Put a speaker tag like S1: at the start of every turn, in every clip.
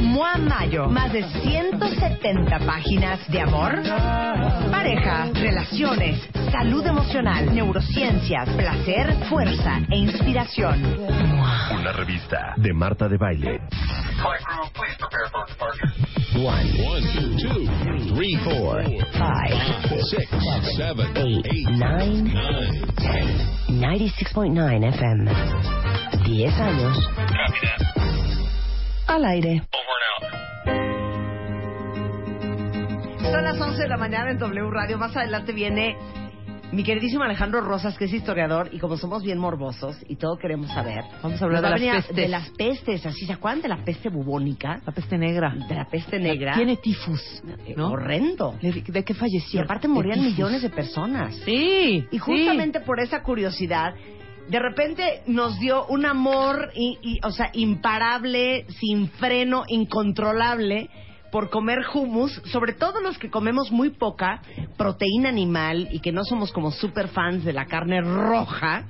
S1: Mua Mayo, más de 170 páginas de amor, pareja, relaciones, salud emocional, neurociencias, placer, fuerza e inspiración.
S2: Una revista de Marta de Baile. One,
S3: One, two, two, three,
S2: four,
S3: four,
S1: Bye.
S3: six, seven, eight,
S1: nine,
S3: nine.
S1: 96.9 FM. 10 años al aire. Son las 11 de la mañana en W Radio. Más adelante viene mi queridísimo Alejandro Rosas, que es historiador, y como somos bien morbosos y todo queremos saber,
S4: Vamos a hablar
S1: nos va
S4: de las
S1: venir a-
S4: pestes.
S1: de las pestes, así se acuerdan de la peste bubónica,
S4: La peste negra.
S1: de la peste negra,
S4: Tiene tifus,
S1: Eh,
S4: ¿no?
S1: horrendo.
S4: Le- ¿De qué
S1: Y
S4: falleció?
S1: aparte morían
S4: De tifus.
S1: millones de personas.
S4: Sí.
S1: Y justamente por esa curiosidad, de repente nos dio un amor, y, y, o sea, imparable, sin freno, incontrolable por comer hummus, sobre todo los que comemos muy poca proteína animal y que no somos como super fans de la carne roja.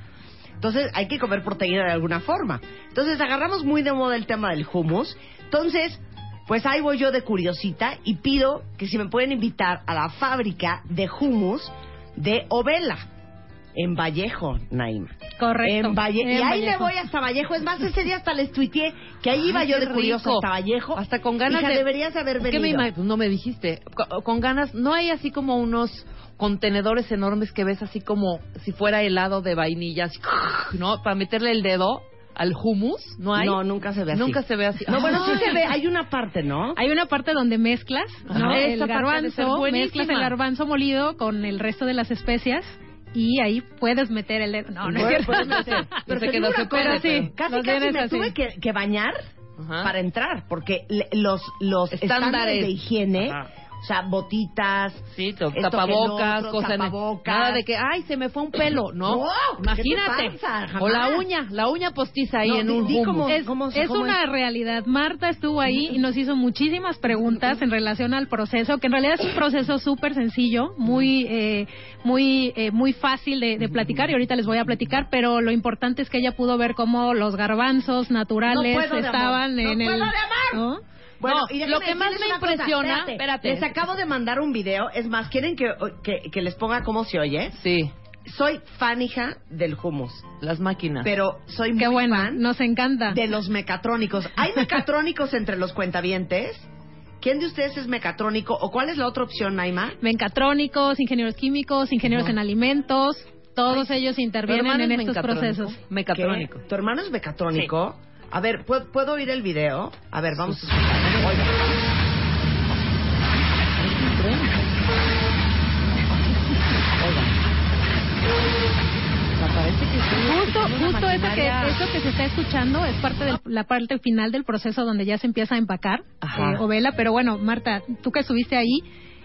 S1: Entonces hay que comer proteína de alguna forma. Entonces agarramos muy de moda el tema del hummus. Entonces, pues ahí voy yo de curiosita y pido que si me pueden invitar a la fábrica de hummus de Ovela. En Vallejo, Naima.
S5: Correcto.
S1: En Valle
S5: En
S1: y ahí le
S5: Vallejo.
S1: voy hasta Vallejo. Es más, ese día hasta les tuiteé que ahí iba
S4: Ay,
S1: yo
S4: qué
S1: de curiosa
S4: rico.
S1: hasta Vallejo.
S4: Hasta con ganas
S1: Hija,
S4: de-
S1: deberías haber
S4: Es que
S1: venido.
S4: me ima- no me dijiste. Co- Con ganas, no hay así como unos contenedores enormes que ves así como si fuera helado de vainillas, ¿no? Para meterle el dedo al hummus, ¿no hay?
S1: No, nunca se ve así.
S4: Nunca se ve así.
S1: No, bueno, sí
S4: Ay.
S1: se ve. Hay una parte, ¿no?
S5: Hay una parte donde mezclas, ¿no?
S4: Ajá.
S5: El
S4: Esa parte ha de ser
S5: garbanzo,
S4: buenísima.
S5: mezclas el garbanzo molido con el resto de las especias y ahí puedes meter el dedo. No, no
S1: Bueno,
S5: es
S1: pues, este, puede
S5: cierto.
S1: ser.
S4: Pero
S1: te
S4: que
S1: digo
S4: no se
S1: una cosa,
S4: puede, pero
S1: Casi,
S5: los
S1: casi
S5: vienes
S1: me
S5: así.
S1: tuve que, que bañar
S4: Ajá.
S1: para entrar, porque le- los, los estándares.
S4: Ah. Estándares.
S1: de higiene,
S4: Ajá.
S1: o sea, botitas.
S4: Sí, to-
S1: Esto
S4: tapabocas,
S1: que el otro,
S4: cosas.
S1: tapabocas.
S4: Nada de que, ay, se me fue un pelo, ¿no?
S1: No, ¿qué te
S4: Imagínate.
S1: pasa? Jamás.
S4: o la uña, la uña postiza ahí
S1: No,
S4: en
S1: di-
S4: un
S1: di
S4: hummus.
S1: cómo-
S5: Es,
S1: ¿Cómo se-
S5: es
S1: cómo
S5: una
S1: es?
S5: realidad. Marta estuvo ahí y nos hizo muchísimas preguntas en relación al proceso, que en realidad es un proceso súper sencillo, muy, eh, muy, eh, muy fácil de, de platicar y ahorita les voy a platicar, pero lo importante es que ella puedo ver cómo los garbanzos naturales
S1: No puedo de amor.
S5: estaban
S1: No
S5: en el.
S1: puedo de amor.
S5: ¿no?
S4: No,
S1: déjame
S4: lo que más
S1: decirles
S4: me
S1: una cosa,
S4: impresiona-
S1: espérate,
S4: espérate.
S1: les acabo de mandar un video, es más, quieren que, que, que les ponga cómo se oye.
S4: Sí,
S1: Soy fan hija del hummus,
S4: las máquinas.
S1: pero soy muy
S5: Qué bueno,
S1: fan
S5: nos encanta.
S1: de los mecatrónicos. ¿Hay mecatrónicos entre los cuentavientes? ¿Quién de ustedes es mecatrónico o cuál es la otra opción, Naima?
S5: Mecatrónicos, ingenieros químicos, ingenieros en alimentos, todos ellos
S4: ¿Tu hermano
S5: intervienen
S4: es
S5: en estos
S4: mecatrónico?
S5: procesos.
S4: Mecatrónico.
S1: ¿Qué? ¿Tu hermano es mecatrónico? A ver, ¿puedo, ¿puedo oír el video? A ver, vamos. a escuchar. Oiga. Oiga. Me parece que sí.
S5: Justo,
S1: Es una
S5: justo eso que,
S1: maquinaria.
S5: eso que se está escuchando es parte de la parte final del proceso donde ya se empieza a empacar
S1: Ajá.
S5: eh, Ovela, pero bueno, Marta, tú que estuviste ahí,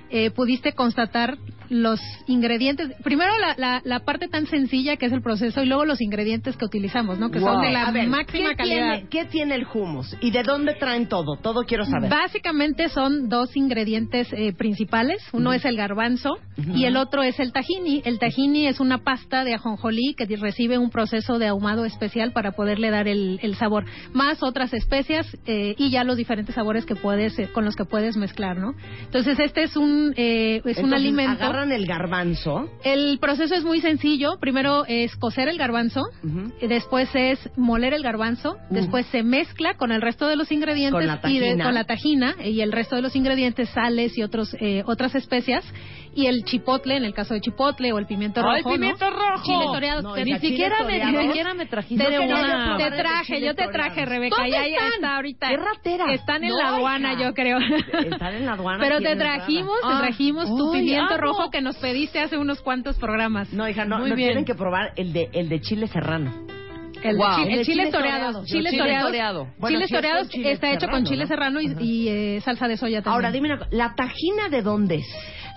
S5: eh, pudiste constatar los ingredientes, primero la, la, la parte tan sencilla que es el proceso y luego los ingredientes que utilizamos, ¿no? Que son
S1: Wow.
S5: de la
S1: A ver,
S5: máxima
S1: ¿qué
S5: calidad.
S1: Tiene, ¿Qué tiene el hummus? ¿Y de dónde traen todo? Todo quiero saber.
S5: Básicamente son dos ingredientes eh, principales. Uno es el garbanzo y el otro es el tahini. El tahini es una pasta de ajonjolí que di- recibe un proceso de ahumado especial para poderle dar el, el sabor, más otras especias eh, y ya los diferentes sabores que puedes eh, con los que puedes mezclar, ¿no? Entonces este es un eh, es un
S1: Entonces,
S5: alimento.
S1: Agarran el garbanzo.
S5: El proceso es muy sencillo. Primero es cocer el garbanzo,
S1: Ujú.
S5: y eh, después es moler el garbanzo, después se mezcla con el resto de los ingredientes
S1: Mm. Con la
S5: y de-
S1: tajina.
S5: con la tajina y el resto de los ingredientes, sales y otros eh, otras especias y el chipotle en el caso de chipotle o el pimiento
S4: ¡Ay,
S5: rojo,
S4: pimiento
S5: ¿no?
S4: rojo!
S5: Chiles toreados.
S1: No,
S5: Te-
S1: hija,
S5: ni siquiera
S1: chiles
S5: me
S1: toreados.
S5: ni siquiera me trajiste
S1: Yo quería
S5: una.
S1: yo probar
S5: te
S1: esos
S5: traje,
S1: chiles
S5: yo te
S1: toreados.
S5: traje, Rebeca,
S4: ¿Dónde
S5: y ahí
S4: están?
S5: está ahorita.
S4: ¡Qué ratera!
S5: Están en
S4: No,
S5: la
S4: hija.
S5: aduana, yo creo.
S1: Están en la aduana.
S5: Pero te
S1: tienen rara.
S5: trajimos,
S4: Ah.
S5: te trajimos tu
S4: Ay,
S5: pimiento
S4: amo.
S5: rojo que nos pediste hace unos cuantos programas.
S1: No, hija, no,
S5: Muy
S1: no
S5: bien.
S1: tienen que probar el de, el de chile serrano.
S5: El,
S4: Wow.
S5: chi- el
S4: El de
S5: chile,
S4: chile
S5: toreado.
S4: toreado.
S5: Chile
S4: El chile toreado.
S5: toreado.
S1: Bueno,
S5: Chile
S1: sí es con
S5: toreado
S1: chile
S5: está hecho con
S1: serrano,
S5: chile
S1: ¿no?
S5: serrano y, y, eh, salsa de soya también.
S1: Ahora, dime una cosa, ¿la tajina de dónde es?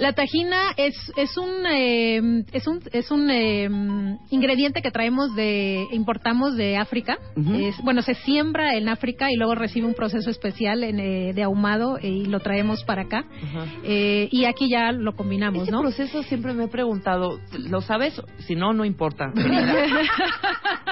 S5: La tajina es, es un eh, es un, es un eh, ingrediente que traemos de importamos de África.
S1: Ujú.
S5: Es- bueno, se siembra en África y luego recibe un proceso especial en, eh, de ahumado eh, y lo traemos para acá. Eh, y aquí ya lo combinamos,
S4: Ese
S5: ¿no?
S4: proceso siempre me he preguntado, ¿lo sabes? Si no, no importa. Mira.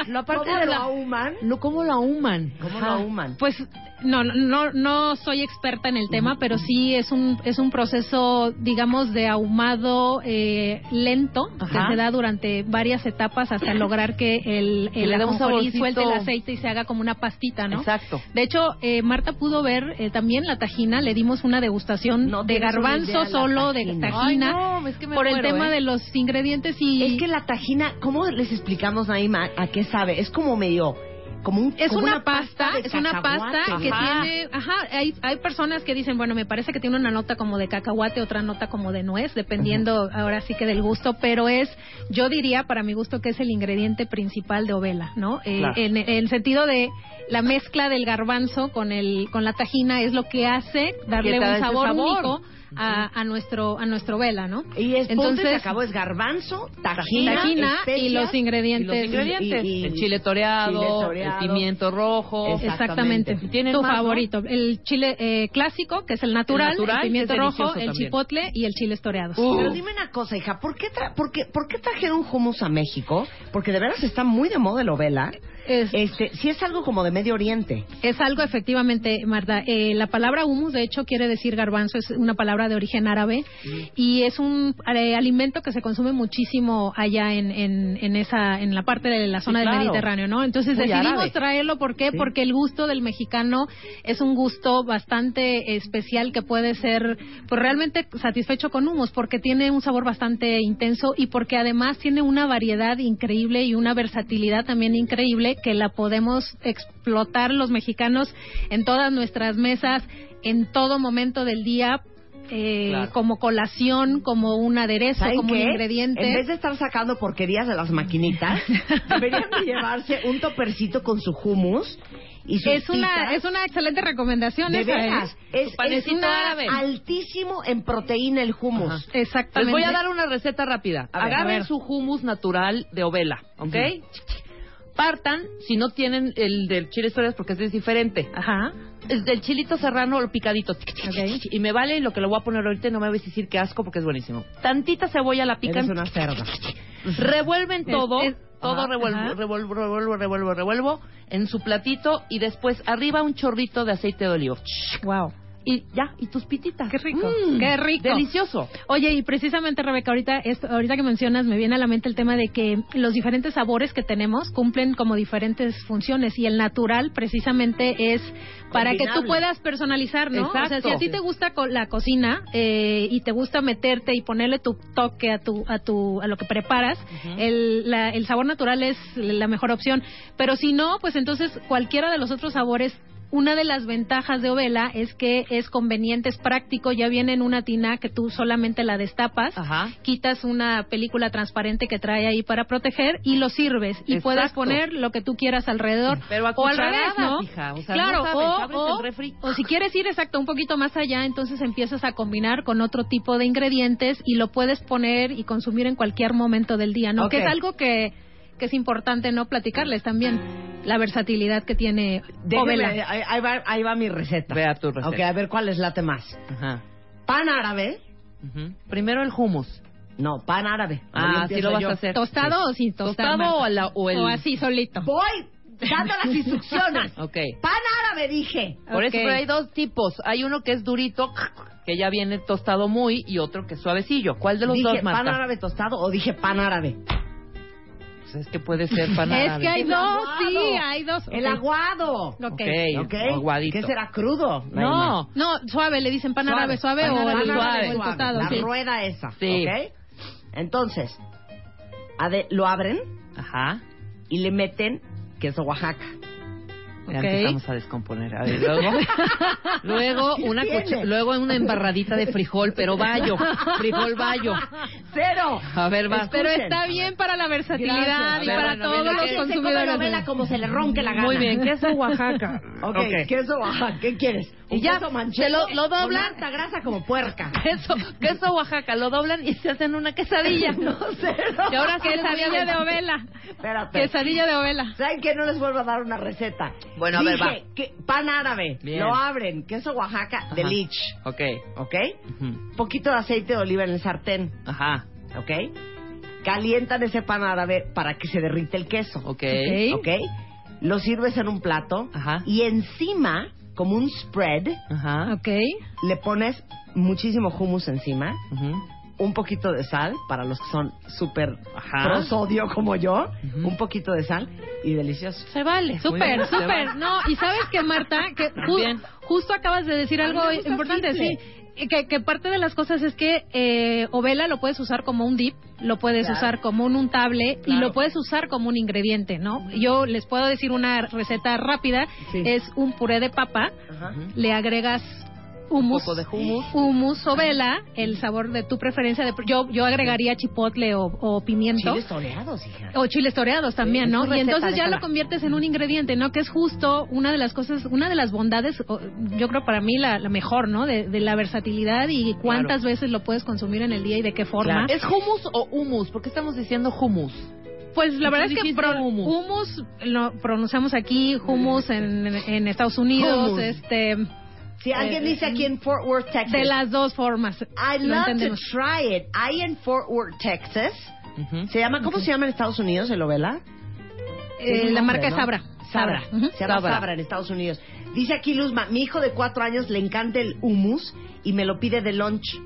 S4: lo aparte
S1: ¿Cómo
S4: de
S1: lo
S4: la-
S1: ahuman?
S4: No, ¿Cómo lo ahuman?
S1: ¿Cómo lo
S4: Ajá.
S1: ahuman?
S5: Pues no, no, no soy experta en el tema, pero sí es un es un proceso, digamos, de ahumado eh, lento
S4: Ajá.
S5: que se da durante varias etapas hasta lograr que el
S4: Que
S5: el
S4: le dé un
S5: ajonjolí
S4: saborcito.
S5: suelte el aceite y se haga como una pastita, ¿no?
S4: Exacto.
S5: De hecho, eh, Marta pudo ver eh, también la tajina. Le dimos una degustación
S1: No
S5: de
S1: tienes una idea
S5: garbanzo
S1: de la
S5: solo de
S1: tajina.
S5: tajina
S4: Ay, no, es que me
S5: por el
S4: muero,
S5: tema
S4: ¿eh?
S5: de los ingredientes y
S1: Es que la tajina, ¿cómo les explicamos, Naima, a qué sabe? Es como medio, como un...
S5: Es
S1: como
S5: una, pasta,
S1: de
S5: es una pasta
S1: cacahuate.
S5: que
S1: Ajá.
S5: tiene, ajá, hay, hay personas que dicen, bueno, me parece que tiene una nota como de cacahuate, otra nota como de nuez, dependiendo ahora sí que del gusto, pero es, yo diría para mi gusto que es el ingrediente principal de ovela, ¿no? Eh,
S4: Claro.
S5: en, en el sentido de la mezcla del garbanzo con el con la tajina es lo que hace darle
S4: Que te da
S5: un
S4: ese
S5: sabor,
S4: sabor.
S5: único a, a nuestro a nuestro vela, ¿no?
S1: Y es, entonces
S5: Entonces-
S1: acabó, es garbanzo, tajina,
S5: Tajina y
S1: especias.
S5: los
S4: Y los
S5: ingredientes.
S4: ingredientes.
S1: Y- y-
S4: el chile toreado,
S1: chile toreado.
S4: el pimiento rojo.
S5: Exactamente.
S4: Y tienen
S5: Tu
S4: más, ¿no?
S5: favorito. El chile eh, clásico, que es el natural, el,
S4: natural, que es
S5: pimiento
S4: delicioso
S5: rojo, el
S4: también.
S5: chipotle y el chile toreado.
S4: Uh.
S1: Pero dime una cosa, hija, ¿por qué, tra- por, qué, ¿por qué trajeron hummus a México? Porque de veras está muy de moda el ovela.
S5: Es,
S1: Este, si es algo como de Medio Oriente.
S5: es algo efectivamente, Marta. Eh, la palabra humus, de hecho, quiere decir garbanzo, es una palabra de origen árabe y es un eh, alimento que se consume muchísimo allá en, en, en esa en la parte de la zona
S4: claro.
S5: del Mediterráneo, ¿no? Entonces
S4: Muy
S5: decidimos
S4: árabe.
S5: traerlo, ¿por qué?
S1: Sí.
S5: Porque el gusto del mexicano es un gusto bastante especial que puede ser pues, realmente satisfecho con humos porque tiene un sabor bastante intenso y porque además tiene una variedad increíble y una versatilidad también increíble que la podemos explotar los mexicanos en todas nuestras mesas, en todo momento del día. eh,
S4: Claro.
S5: como colación, como un aderezo,
S1: ¿Saben
S5: como
S1: qué?
S5: un ingrediente.
S1: En vez de estar sacando porquerías de las maquinitas, deberían de llevarse un topercito con su hummus y sus
S5: es una
S1: pizzas.
S5: es una excelente recomendación
S1: de
S5: esa, ¿eh?
S1: veras, es,
S4: Su panecito
S1: es una-
S4: árabe.
S1: altísimo en proteína el hummus.
S4: Ajá. Les
S5: Exactamente.
S4: voy a dar una receta rápida.
S1: A ver,
S4: Agarren
S1: a ver.
S4: su hummus natural de ovela, ¿ok? Partan, si no tienen el del chile historias porque ese es diferente.
S5: Ajá.
S4: El del chilito serrano, lo picadito.
S5: Ok.
S4: Y me vale lo que lo voy a poner ahorita y no me vais a decir que asco porque es buenísimo. Tantita cebolla la
S1: Eres
S4: pican.
S1: una cerda.
S4: Revuelven todo,
S5: es-
S4: todo
S5: ajá,
S4: revuelvo,
S5: ajá.
S4: revuelvo, revuelvo, revuelvo, revuelvo en su platito y después arriba un chorrito de aceite de olivo.
S5: Wow.
S4: Y ya, y tus pititas. Mm,
S5: Qué rico, qué rico.
S4: Delicioso.
S5: Oye, y precisamente, Rebeca, ahorita, esto- ahorita que mencionas, me viene a la mente el tema de que los diferentes sabores que tenemos cumplen como diferentes funciones y el natural precisamente es para que tú
S1: Combinable.
S5: puedas personalizar, ¿no? O sea,
S4: Exacto.
S5: si a ti te gusta co- la cocina eh, y te gusta meterte y ponerle tu toque a tu a tu a lo que preparas, el, la- el sabor natural es la mejor opción. Pero si no, pues entonces cualquiera de los otros sabores una de las ventajas de Ovela es que es conveniente, es práctico, ya viene en una tina que tú solamente la destapas,
S4: Ajá.
S5: quitas una película transparente que trae ahí para proteger y lo sirves y
S4: Exacto.
S5: puedes poner lo que tú quieras alrededor
S4: Pero a
S5: o al revés,
S4: cucharadas,
S5: ¿no?
S4: hija, o sea,
S5: claro,
S4: no sabes,
S5: o-
S4: abres
S5: o,
S4: el refri.
S5: o si quieres ir exacto un poquito más allá, entonces empiezas a combinar con otro tipo de ingredientes y lo puedes poner y consumir en cualquier momento del día, ¿no?
S1: Ok.
S5: Que es algo que que es importante no platicarles también la versatilidad que tiene
S1: Déjeme,
S5: Ovela.
S1: eh, ahí, ahí va, ahí va mi receta.
S4: Vea tu receta.
S1: Ok, a ver cuál es late más.
S4: Ajá.
S1: ¿Pan árabe?
S4: Ujú. Primero el hummus.
S1: No, pan árabe. Ahí
S4: Ah, sí
S1: empiezo
S4: lo vas
S1: yo.
S4: a hacer.
S5: ¿Tostado o sin tostar?
S4: ¿Tostado
S5: Marta?
S4: o, la- o el...?
S5: O así, solito.
S1: Voy dando las instrucciones.
S4: Ok.
S1: Pan árabe, dije.
S4: Por
S5: Ok.
S4: eso pero hay dos tipos. Hay uno que es durito, que ya viene tostado muy, y otro que es suavecillo. ¿Cuál de los
S1: ¿Dije
S4: dos,
S1: pan
S4: Marta?
S1: árabe tostado o dije pan árabe?
S4: Pues es que puede ser pan
S5: Es
S4: árabe.
S5: que hay
S1: El
S5: dos,
S1: aguado.
S5: sí, hay dos.
S1: El
S5: Ok.
S1: aguado.
S5: Ok.
S4: Ok,
S1: ¿Ok?
S4: o aguadito.
S1: ¿Qué será crudo?
S4: No,
S5: No, suave, le dicen pan
S1: Suave.
S5: árabe suave
S1: Pan
S5: o
S1: árabe
S5: el
S1: suave.
S5: o el tostado.
S1: La
S5: sí.
S1: rueda esa.
S4: Sí.
S1: ¿Ok? Entonces, ade- lo abren
S4: Ajá.
S1: y le meten queso Oaxaca.
S4: Ya
S5: Ok.
S4: empezamos a descomponer. A ver, luego, luego, una
S1: tiene?
S4: coche- luego una embarradita de frijol, pero bayo, frijol bayo.
S1: ¡Cero!
S4: A ver, vas.
S5: Pero
S1: Escuchen.
S5: está bien para la versatilidad
S4: Gracias.
S5: y
S4: A ver,
S5: para
S4: bueno,
S5: todos
S4: venga,
S5: los
S4: que se
S1: come
S5: consumidores.
S1: la novela como se le ronque la gana.
S4: Muy bien, queso Oaxaca.
S1: Ok,
S4: Ok.
S1: queso, ajá, ¿qué quieres?
S4: Y ya, se lo- lo doblan.
S1: Con harta grasa como puerca.
S4: Queso, queso Oaxaca, lo doblan y se hacen una quesadilla.
S1: no, cero.
S4: Y ahora
S5: Quesadilla de ovela.
S1: Espérate.
S5: Quesadilla de ovela.
S1: ¿Saben qué? No les vuelvo a dar una receta.
S4: Bueno, a ver,
S1: Dije
S4: va.
S1: que pan árabe.
S4: Bien.
S1: Lo abren. Queso Oaxaca de
S4: Ajá.
S1: Lich.
S4: Ok.
S1: ¿Ok?
S4: Ujú.
S1: Poquito de aceite de oliva en el sartén.
S4: Ajá.
S1: ¿Ok? Calientan ese pan árabe para que se derrite el queso.
S4: Ok.
S1: ¿Ok? Lo sirves en un plato.
S4: Ajá.
S1: Y encima, como un spread,
S4: Ajá.
S5: Ah, Ok.
S1: le pones muchísimo hummus encima.
S4: Ujú.
S1: un poquito de sal para los que son súper
S4: Ajá.
S1: pro sodio como yo,
S4: Ujú.
S1: un poquito de sal y delicioso.
S4: Se vale. Muy
S5: Súper,
S4: bien, se
S5: súper.
S4: vale.
S5: No, y sabes que Marta, que ju-
S4: Bien.
S5: justo acabas de decir
S1: A mí
S5: algo
S1: me gusta
S5: importante,
S1: simple.
S5: sí. Eh, Que, que parte de las cosas es que eh, Ovela lo puedes usar como un dip, lo puedes
S1: Claro.
S5: usar como un untable y
S4: Claro.
S5: lo puedes usar como un ingrediente, ¿no? Yo les puedo decir una receta rápida,
S1: Sí.
S5: es un puré de papa,
S1: Ajá.
S4: Ujú.
S5: le agregas hummus,
S4: poco de hummus.
S5: hummus o vela, el sabor de tu preferencia. De, yo, yo agregaría chipotle o, o pimiento.
S1: Chiles toreados, hija.
S5: O chiles toreados también,
S1: Sí, es
S5: ¿no?
S1: tu
S5: Y
S1: receta,
S5: entonces ya
S1: déjala.
S5: lo conviertes en un ingrediente, ¿no? Que es justo una de las cosas, una de las bondades, o, yo creo para mí la, la mejor, ¿no? De, de la versatilidad y cuántas veces lo puedes consumir en el día y de qué forma.
S4: ¿Es hummus o humus? ¿Por qué estamos diciendo hummus?
S5: Pues la
S4: Tú
S5: verdad es que
S4: dijiste
S5: pro-
S4: hummus.
S5: hummus lo pronunciamos aquí, hummus en, en- en Estados Unidos,
S1: Hummus.
S5: este,
S1: Si alguien
S5: Eh,
S1: dice aquí en Fort Worth, Texas,
S5: de las dos formas.
S1: I
S5: lo
S1: love to
S5: entendemos.
S1: try it. I in Fort Worth, Texas.
S4: Ujú.
S1: Se llama, ¿cómo se llama en Estados Unidos el ovela?
S5: Eh, la marca es Sabra.
S1: Sabra.
S5: Ujú.
S1: Se llama
S4: Sabra.
S1: Sabra. en Estados Unidos. Dice aquí Luzma, mi hijo de cuatro años le encanta el hummus y me lo pide de lunch. Pues,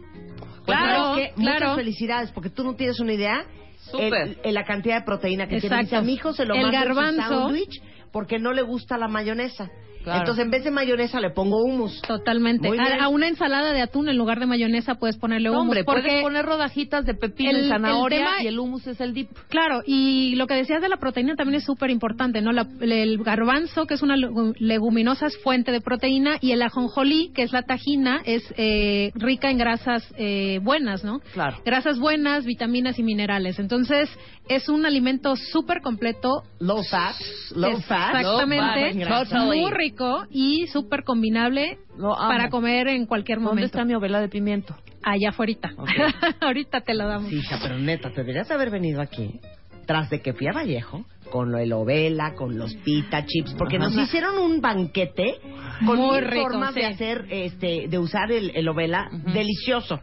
S5: Claro,
S1: ¿sabes qué?
S5: claro.
S1: Muchas felicidades, porque tú no tienes una idea
S4: Súper.
S1: el- el- la cantidad de proteína que tiene.
S5: Exacto.
S1: Dice, a mi hijo se lo
S5: El
S1: mando en su
S5: garbanzo.
S1: sándwich porque no le gusta la mayonesa.
S4: Claro.
S1: Entonces, en vez de mayonesa le pongo hummus.
S5: Totalmente.
S1: Muy bien.
S5: A, a una ensalada de atún en lugar de mayonesa puedes ponerle hummus.
S4: Hombre,
S5: porque
S4: puedes poner rodajitas de pepino
S5: el-
S4: y
S5: el
S4: zanahoria
S5: tema-
S4: y el hummus es el dip.
S5: Claro, y lo que decías de la proteína también es súper importante, ¿no? La- el garbanzo, que es una legu- leguminosa, es fuente de proteína, y el ajonjolí, que es la tajina, es eh, rica en grasas eh, buenas, ¿no?
S4: Claro.
S5: Grasas buenas, vitaminas y minerales. Entonces, es un alimento súper completo.
S1: Low fat. Low fat.
S5: Exactamente.
S1: low fat,
S4: totally.
S5: Muy rico y súper combinable
S4: Lo amo.
S5: para comer en cualquier
S4: ¿Dónde
S5: momento.
S4: está mi ovela de pimiento?
S5: Allá afuera.
S4: Ok.
S5: ahorita te lo damos.
S1: Sí, hija, pero neta, te deberías haber venido aquí tras de que fui a Vallejo con lo de la ovela, con los pita chips, porque
S4: Ajá.
S1: nos hicieron un banquete con
S5: Muy
S1: mil
S5: rico,
S1: formas
S5: sí.
S1: de hacer, este, de usar el, el ovela,
S4: Ujú.
S1: delicioso.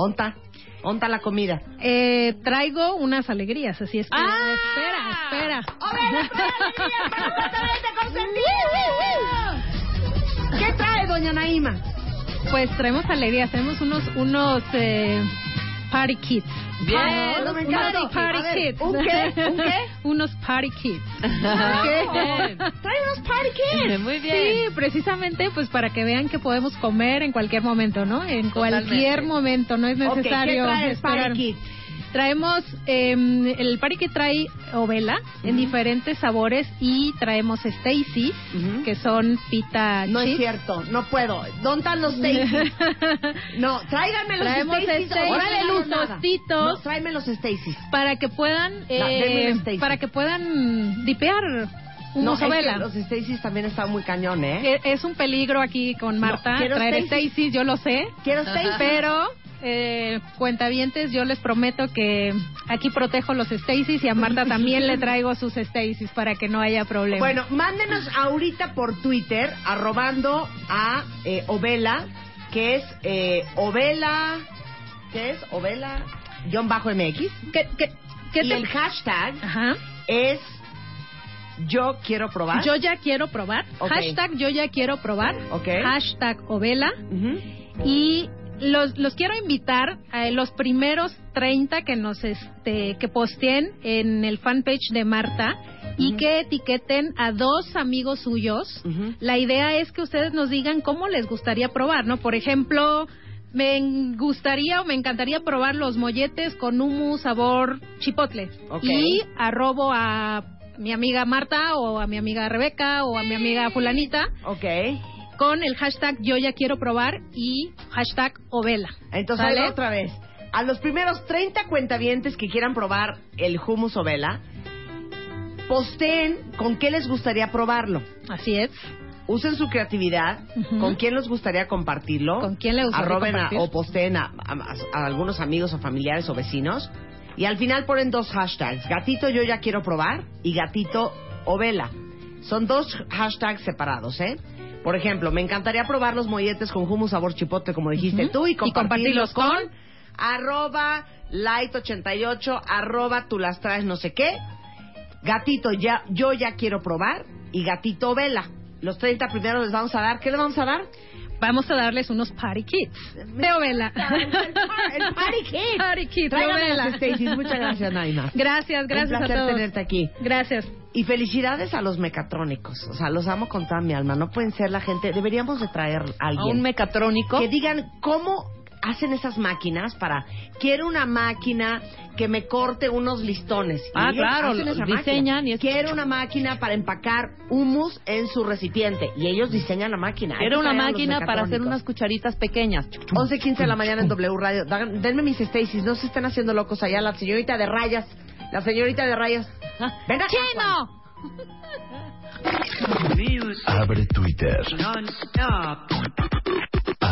S1: Onta, onta la comida.
S5: Eh, traigo unas alegrías, así es que
S1: ¡Ah!
S5: espera, espera.
S1: ¿Qué trae, doña Naima?
S5: Pues traemos alegrías, tenemos unos unos eh, party kits.
S4: Bien,
S5: Ah,
S1: no me
S5: unos
S1: encanta.
S5: party, party
S1: A ver,
S5: kits.
S1: ¿un qué? ¿Un qué?
S5: unos party kits.
S1: ¿Qué? Trae unos party kids.
S4: Muy
S5: Sí, precisamente pues para que vean que podemos comer en cualquier momento, ¿no? En cualquier
S4: Totalmente.
S5: momento, no es
S1: Ok, ¿qué
S5: necesario
S1: trae el
S5: esperar.
S1: party kids?
S5: Traemos eh, el party que trae ovela en diferentes sabores y traemos Stacy,
S1: Ujú.
S5: que son pita
S1: No es
S5: chips.
S1: cierto, no puedo. ¿Dónde están los Stacy's? No, tráigame los
S5: Traemos
S1: Stacy's.
S5: Stacy's,
S1: órale, no, nada.
S5: luzostitos.
S1: No, tráeme los Stacy's.
S5: para que puedan
S1: denme
S5: eh,
S1: un Stacy.
S5: para que puedan dipear un
S1: No, es que
S5: Isabela.
S1: los Stacy's también están muy cañón, ¿eh?
S5: E- Es un peligro aquí con Marta
S1: quiero
S5: traer
S1: Stacy.
S5: Stacy, yo lo sé,
S1: Quiero Stacy's.
S5: pero eh, cuentavientes, yo les prometo que aquí protejo los Stacy's y a Marta también le traigo sus Stacy's para que no haya problema.
S1: Bueno, mándenos ahorita por Twitter, arrobando a eh, Ovela, que es eh, Ovela, ¿qué es? Ovela, guión bajo MX.
S5: ¿qué, qué- qué
S1: y
S5: te- Ah.
S1: el hashtag
S5: Ajá.
S1: es yo quiero probar.
S5: Yo ya quiero probar.
S1: Ok.
S5: Hashtag yo ya quiero probar.
S1: Ok.
S5: Hashtag ovela.
S1: Ujú.
S5: y los, los quiero invitar a los primeros 30 que nos este que posteen en el fanpage de Marta y que etiqueten a dos amigos suyos.
S1: Ujú.
S5: La idea es que ustedes nos digan cómo les gustaría probar, ¿no? Por ejemplo, me en- gustaría o me encantaría probar los molletes con humus sabor chipotle.
S1: Ok.
S5: Y arrobo a mi amiga Marta o a mi amiga Rebeca o a mi amiga fulanita
S1: Ok.
S5: con el hashtag yo ya quiero probar y hashtag ovela.
S1: Entonces,
S5: ¿Sale?
S1: ahí va otra vez. A los primeros 30 cuentavientes que quieran probar el hummus o vela, posteen con qué les gustaría probarlo.
S5: Así es.
S1: Usen su creatividad,
S5: Ujú.
S1: con quién les gustaría compartirlo.
S5: ¿Con quién les gustaría
S1: Arroben a-
S5: compartir?
S1: o posteen a, a- a algunos amigos o familiares o vecinos. Y al final ponen dos hashtags, gatito yo ya quiero probar y gatito o vela. Son dos hashtags separados, ¿eh? Por ejemplo, me encantaría probar los molletes con hummus sabor chipotle, como dijiste
S5: Ujú.
S1: tú, y
S5: Y compartirlos
S1: compartirlos,
S5: con-
S1: con arroba light88, arroba tú las traes no sé qué, gatito ya yo ya quiero probar y gatito vela. Los 30 primeros les vamos a dar, ¿qué les vamos a dar?
S5: Vamos a darles unos party kits de ovela.
S1: El party kit.
S5: Party kit de
S1: Tráiganlas,
S5: ovela.
S1: Stacy. Muchas gracias, Naima.
S5: Gracias, gracias
S1: Un
S5: a
S1: placer
S5: todos.
S1: tenerte aquí.
S5: Gracias.
S1: Y felicidades a los mecatrónicos. O sea, los amo con toda mi alma. No pueden ser la gente. Deberíamos de traer a
S4: A un
S1: alguien
S4: mecatrónico.
S1: que digan cómo hacen esas máquinas para. Quiero una máquina que me corte unos listones. Y
S4: Ah,
S1: ellos
S4: claro,
S1: hacen esa máquina.
S4: diseñan y es-
S1: Quiero una máquina para empacar humus en su recipiente. Y ellos diseñan la máquina. Hay
S4: Era
S1: que
S4: una
S1: traer a los
S4: máquina para hacer
S1: mecatrónicos.
S4: unas cucharitas pequeñas. Chuc, chuc.
S1: 11.15 de la mañana en W Radio. Dan- denme mis Stacy's, no se estén haciendo locos allá. La señorita de rayas, la señorita de rayas. Ven acá, Juan.
S5: ¡Chino!
S2: Abre Twitter.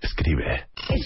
S2: Escribe.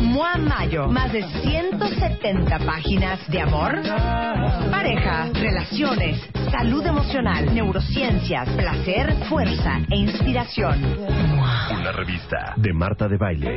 S1: Mua Mayo, más de 170 páginas de amor, pareja, relaciones, salud emocional, neurociencias, placer, fuerza e inspiración.
S2: Una revista de Marta de Baile.